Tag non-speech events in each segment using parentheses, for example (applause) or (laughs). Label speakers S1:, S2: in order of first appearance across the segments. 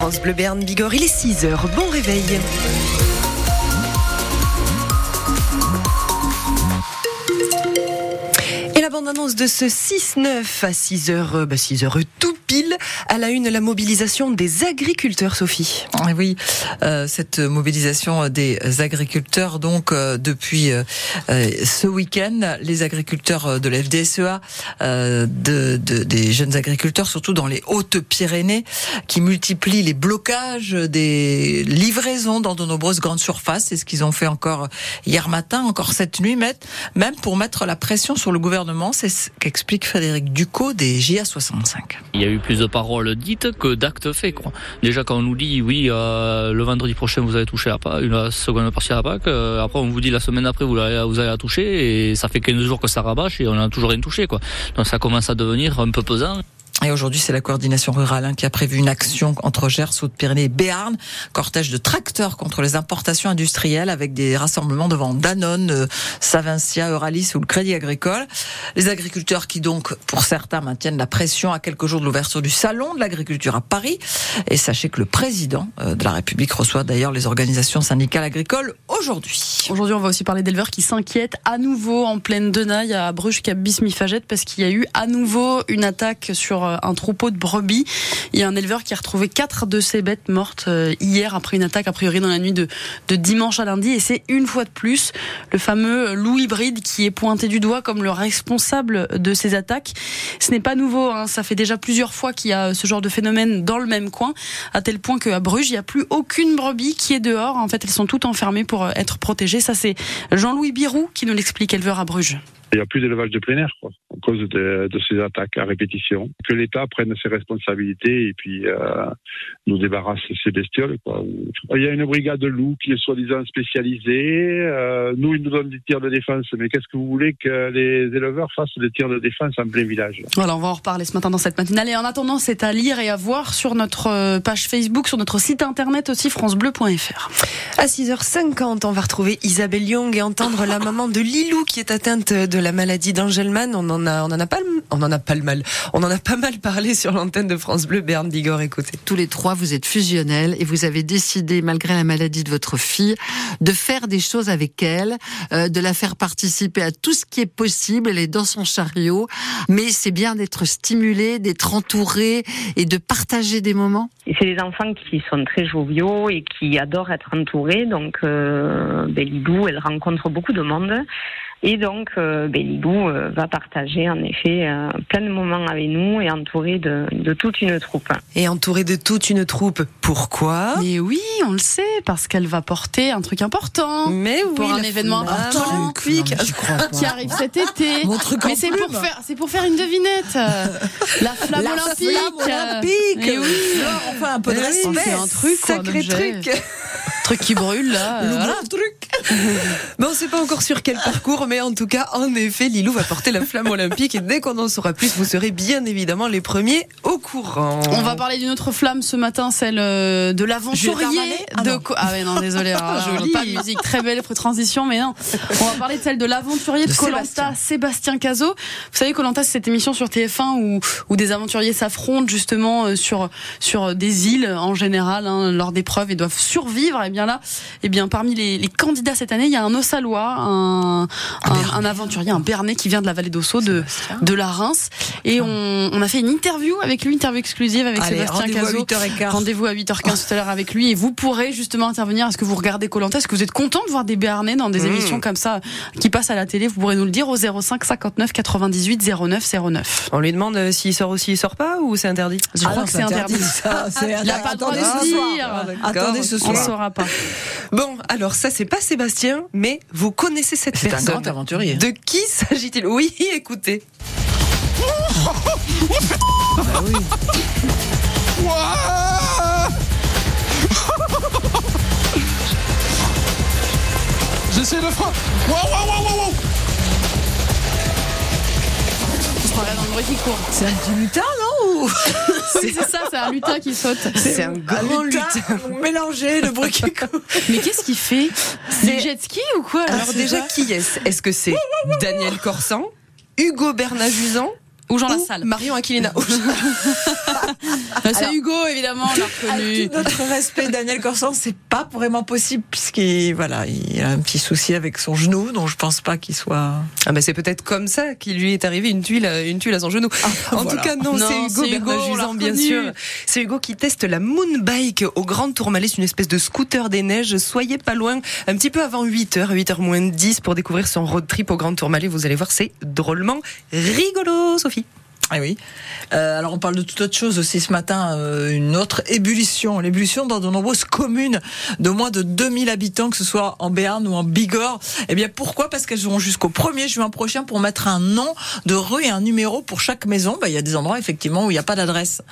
S1: France Bleu Berne Bigorre, il est 6h. Bon réveil. Et la bande-annonce de ce 6-9 à 6h, bah 6h tout pile, à la une, la mobilisation des agriculteurs, Sophie.
S2: Eh oui, euh, cette mobilisation des agriculteurs, donc euh, depuis euh, ce week-end, les agriculteurs de la FDSEA, euh, de, de- des jeunes agriculteurs, surtout dans les Hautes-Pyrénées, qui multiplient les blocages des livraisons dans de nombreuses grandes surfaces. C'est ce qu'ils ont fait encore hier matin, encore cette nuit, mais- même pour mettre la pression sur le gouvernement. C'est ce qu'explique Frédéric Ducot des JA65.
S3: Il y a eu plus de paroles dites que d'actes faits. Quoi. Déjà, quand on nous dit, oui, euh, le vendredi prochain, vous allez toucher à Pâques, une la seconde partie à Pâques, euh, après, on vous dit la semaine après, vous allez, vous allez la toucher, et ça fait 15 jours que ça rabâche, et on n'a toujours rien touché. Quoi. Donc, ça commence à devenir un peu pesant.
S2: Et aujourd'hui, c'est la coordination rurale hein, qui a prévu une action entre Gers, Haute-Pyrénées et Béarn. Cortège de tracteurs contre les importations industrielles avec des rassemblements devant Danone, euh, Savintia, Euralis ou le Crédit Agricole. Les agriculteurs qui donc, pour certains, maintiennent la pression à quelques jours de l'ouverture du Salon de l'agriculture à Paris. Et sachez que le président euh, de la République reçoit d'ailleurs les organisations syndicales agricoles aujourd'hui.
S4: Aujourd'hui, on va aussi parler d'éleveurs qui s'inquiètent à nouveau en pleine Denaille à Bruges, Cap Bismifagette, parce qu'il y a eu à nouveau une attaque sur euh, un troupeau de brebis. Il y a un éleveur qui a retrouvé quatre de ses bêtes mortes euh, hier après une attaque, a priori dans la nuit de, de dimanche à lundi. Et c'est une fois de plus le fameux loup hybride qui est pointé du doigt comme le responsable de ces attaques. Ce n'est pas nouveau, hein. ça fait déjà plusieurs fois qu'il y a ce genre de phénomène dans le même coin, à tel point qu'à Bruges, il n'y a plus aucune brebis qui est dehors. En fait, elles sont toutes enfermées pour euh, être protégées. Ça, c'est Jean-Louis Birou qui nous l'explique, éleveur à Bruges.
S5: Il n'y a plus d'élevage de plein air quoi, à cause de, de ces attaques à répétition. Que l'État prenne ses responsabilités et puis euh, nous débarrasse ces bestioles. Quoi. Il y a une brigade de loups qui est soi-disant spécialisée. Euh, nous, ils nous donnent des tirs de défense. Mais qu'est-ce que vous voulez que les éleveurs fassent des tirs de défense en plein village
S4: Voilà, on va en reparler ce matin dans cette matinale. Et en attendant, c'est à lire et à voir sur notre euh, page Facebook, sur notre site internet aussi, francebleu.fr.
S1: À 6h50, on va retrouver Isabelle Young et entendre la maman de Lilou qui est atteinte de la maladie d'Angelman. On en a, on en a pas, le- on en a pas le mal. On en a pas mal parlé sur l'antenne de France Bleu Berne Bigorre. Écoutez.
S6: tous les trois, vous êtes fusionnels et vous avez décidé, malgré la maladie de votre fille, de faire des choses avec elle, euh, de la faire participer à tout ce qui est possible. Elle est dans son chariot, mais c'est bien d'être stimulé, d'être entouré et de partager des moments.
S7: Et c'est des enfants qui sont très joviaux et qui adorent être entourés. Donc, euh, ben, Lilou, elle rencontre beaucoup de monde. Et donc, euh, ben, Lilou euh, va partager, en effet, euh, plein de moments avec nous et entourée de, de toute une troupe.
S1: Et entourée de toute une troupe. Pourquoi?
S4: Mais oui, on le sait, parce qu'elle va porter un truc important.
S1: Mais oui,
S4: Pour un
S1: la
S4: événement
S1: flamme,
S4: important.
S1: le quick.
S6: Non, mais j'y crois pas.
S4: qui arrive cet été.
S2: Mon truc en
S4: Mais c'est pour
S2: plume.
S4: faire, c'est pour faire une devinette. Euh, La flamme
S1: La
S4: olympique.
S1: flamme
S4: euh,
S1: olympique.
S4: eh oui.
S2: Alors, enfin, un peu de
S1: Eh oui,
S2: respect.
S1: mais
S4: c'est un truc, quoi, un
S1: sacré
S4: objet.
S1: truc.
S4: (laughs) Truc qui brûle là. euh,
S1: Le
S4: voilà.
S1: grand truc. Mais on sait pas encore sur quel parcours, mais en tout cas, en effet, Lilou va porter la flamme olympique et dès qu'on en saura plus, vous serez bien évidemment les premiers au courant.
S4: On va parler d'une autre flamme ce matin, celle euh, de l'aventurier
S1: Juliette Armanet Ah
S4: de
S1: non.
S4: Co- ah ouais non désolé alors, alors,
S1: Joli.
S4: pas de musique très belle pour transition mais non on va parler de celle de l'aventurier de
S2: De
S4: Colanta
S2: Sébastien.
S4: Sébastien Cazot vous savez Colanta c'est cette émission sur TF1 où où des aventuriers s'affrontent justement euh, sur sur des îles en général hein, lors d'épreuves et doivent survivre et bien là et bien parmi les, les candidats cette année il y a un Ossalois un un, un aventurier un Bernet qui vient de la vallée d'Ossau de de la Reims. Et on, on a fait une interview avec lui, une interview exclusive avec
S2: Allez,
S4: Sébastien
S2: rendez-vous à
S4: Cazot.
S2: 8h15.
S4: Rendez-vous à 8h15 tout à l'heure avec lui et vous pourrez justement intervenir. Est-ce que vous regardez Colanta Est-ce que vous êtes content de voir des Béarnais dans des
S1: Mmh.
S4: émissions comme ça qui passent à la télé Vous pourrez nous le dire au 05 59 98 09 09.
S1: On lui demande euh, s'il sort ou s'il sort pas ou c'est interdit.
S4: Je
S2: Ah,
S4: crois que c'est interdit.
S2: ça. Ah, C'est Ah,
S4: Il a pas le droit de se dire.
S2: Attendez ce
S4: On
S2: soir.
S4: ne saura pas.
S1: Ah, Bon, alors ça c'est pas Sébastien, mais vous connaissez cette
S2: C'est un
S1: personne.
S2: grand aventurier.
S1: De qui s'agit-il Oui, écoutez.
S8: J'essaie de frapper. Waouh, waouh, waouh, waouh, waouh.
S4: On se croirait dans le bruit qui court.
S2: C'est un petit mutin, non ou...
S4: C'est ça, c'est un lutin qui saute.
S1: C'est un grand lutin.
S2: Mélanger le bruit qui coule.
S4: Mais qu'est-ce qu'il fait
S1: C'est-
S4: Du jet ski ou quoi
S1: Alors déjà qui est-ce Est-ce que c'est Daniel Corsan Hugo Bernard Jusan
S4: Ou Jean
S1: ou
S4: Lassalle (laughs) Bah,
S1: Marion Aquilina.
S4: C'est Hugo, évidemment, on l'a reconnu.
S2: Avec tout notre respect, Daniel Corsan, c'est pas vraiment possible puisqu'il voilà, il a un petit souci avec son genou, donc je pense pas qu'il soit.
S1: Ah ben c'est peut-être comme ça qu'il lui est arrivé une tuile, à- une tuile à son genou. en
S2: voilà.
S1: tout cas, non,
S4: Ah, Non,
S1: c'est Hugo
S4: c'est Hugo,
S1: Bernajuzan,
S4: on l'a
S1: bien
S4: reconnu.
S1: sûr. C'est Hugo qui teste la Moonbike au Grand Tourmalet, c'est une espèce de scooter des neiges. Soyez pas loin, un petit peu avant 8h, 8h moins 10 pour découvrir son road trip au Grand Tourmalet. Vous allez voir, c'est drôlement rigolo, Sophie.
S2: Ah oui. Euh, alors on parle de toute autre chose aussi ce matin, euh, une autre ébullition, l'ébullition dans de nombreuses communes de moins de 2000 habitants, que ce soit en Béarn ou en Bigorre. Eh bien pourquoi Parce qu'elles auront jusqu'au 1er juin prochain pour mettre un nom de rue et un numéro pour chaque maison. Bah, Il y a des endroits effectivement où il n'y a pas d'adresse.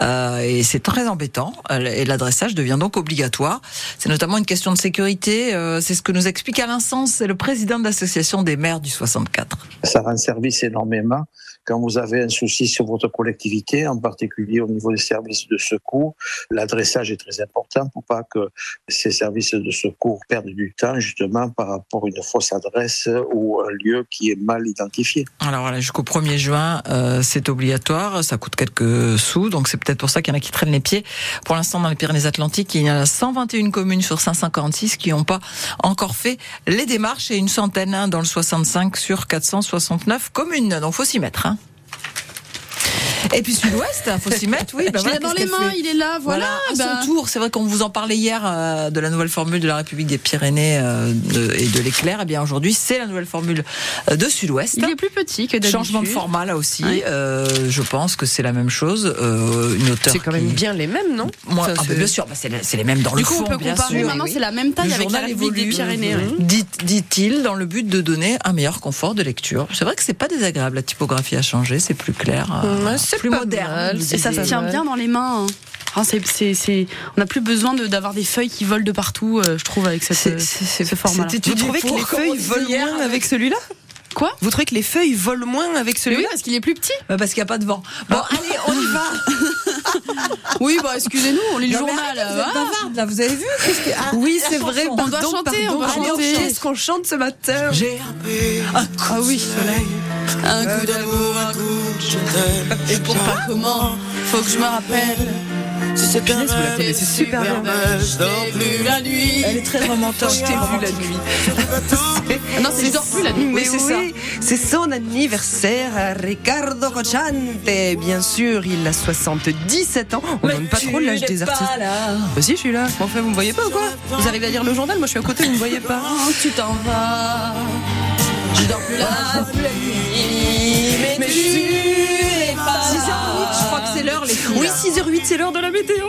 S2: Euh, et c'est très embêtant. Euh, Et l'adressage devient donc obligatoire. C'est notamment une question de sécurité. euh, c'est ce que nous explique Alain Sens, c'est le président de l'association des maires du 64.
S9: ça rend service énormément quand vous avez un souci sur votre collectivité, en particulier au niveau des services de secours. L'adressage est très important pour pas que ces services de secours perdent du temps justement par rapport à une fausse adresse ou un lieu qui est mal identifié.
S2: Alors voilà, jusqu'au 1er juin, euh, c'est obligatoire. Ça coûte quelques sous, donc c'est peut-être pour ça qu'il y en a qui traînent les pieds. Pour l'instant, dans les Pyrénées-Atlantiques, il y en a 121 communes sur 556 qui n'ont pas encore fait les démarches et une centaine hein, dans le 65 sur 469 communes. Donc faut s'y mettre. Hein. Et puis Sud-Ouest, faut s'y mettre,
S4: (laughs)
S2: oui. bah
S4: Je
S2: voilà,
S4: l'ai dans
S2: qu'est-ce
S4: les
S2: qu'elle
S4: mains,
S2: fait
S4: il est là, voilà.
S2: voilà, à
S4: bah.
S2: son tour, c'est vrai qu'on vous en parlait hier euh, de la nouvelle formule de la République des Pyrénées euh, de- et de l'éclair. Eh bien, aujourd'hui, c'est la nouvelle formule euh, de Sud-Ouest.
S4: Il est plus petit que d'habitude.
S2: Changement de format là aussi.
S4: Ouais.
S2: Euh, je pense que c'est la même chose. Euh, une auteur.
S1: C'est quand même
S2: qui-
S1: bien les mêmes, non
S2: Moi,
S1: Ça,
S2: ah,
S1: c'est-
S2: bah, bien sûr, bah, c'est la- c'est les mêmes dans
S4: Du
S2: le
S4: coup,
S2: fond.
S4: on peut
S2: bien
S4: comparer.
S2: sûr.
S4: Maintenant,
S2: Oui, oui.
S4: c'est la même taille
S2: Le
S4: avec la
S2: journal
S4: République des
S2: évolue,
S4: Pyrénées.
S2: euh,
S4: ouais.
S2: dit- dit-il, dans le but de donner un meilleur confort de lecture. C'est vrai que c'est pas désagréable. La typographie a changé, c'est plus clair, euh,
S4: Mmh.
S1: Ouais, c'est
S2: plus
S1: pas
S2: moderne.
S1: mal,
S2: vous
S1: c'est
S4: Et ça se
S2: disiez.
S1: Des
S4: tient
S1: étoiles.
S4: bien dans les mains. hein. Ah, c'est- c'est- c'est- On n'a plus besoin de- d'avoir des feuilles qui volent de partout, euh, je trouve, avec cette, euh,
S2: C'est- c'est-
S4: ce format-là.
S2: c'est
S1: Vous
S2: étudié
S1: trouvez que
S2: pour,
S1: les
S2: comme on
S1: feuilles
S2: disait
S1: volent
S2: hier,
S1: moins avec celui-là
S4: Quoi
S1: Vous trouvez que les feuilles volent moins avec
S4: Mais
S1: celui-là
S4: oui, parce qu'il est plus petit.
S2: Bah, Parce qu'il n'y a pas de vent. Bah, Bon,
S4: Bah,
S2: allez, on y va.
S4: Oui, bah excusez-nous, on lit le
S2: Non, mais
S4: journal.
S2: arrêtez, vous êtes
S4: euh,
S2: bavarde, là, vous avez vu Qu'est-ce que- Ah,
S1: Oui,
S2: la
S1: c'est vrai.
S2: chanson.
S1: Pardon,
S4: On doit chanter,
S1: pardon.
S4: on doit
S1: Allez,
S4: chanter.
S1: Qu'est-ce qu'on chante ce matin
S2: J'ai un coup ah, oui. soleil.
S4: Un coup d'amour, un coup de je t'aime. Et pour pas comment, faut que je me rappelle. Si c'est bien,
S1: Punaise, vous la connaissez super bien.
S4: Je dors plus la nuit.
S2: Elle est très romantique.
S1: Je t'ai vu la nuit.
S4: Non, c'est je dors plus la nuit.
S1: Mais
S2: c'est
S1: oui, c'est son anniversaire à Ricardo Rochante. Bien sûr, il a 77 ans. On donne pas trop l'âge des artistes. Bah si, je suis là. Enfin, vous me voyez pas ou quoi Vous arrivez à lire le journal Moi, je suis à côté, vous me voyez
S4: (laughs)
S1: pas.
S4: Quand tu t'en vas, je dors plus
S1: Ah.
S4: la nuit. Mais, tu n'es pas
S1: je crois que c'est l'heure, les filles. Oui, 6h08, c'est l'heure de la météo.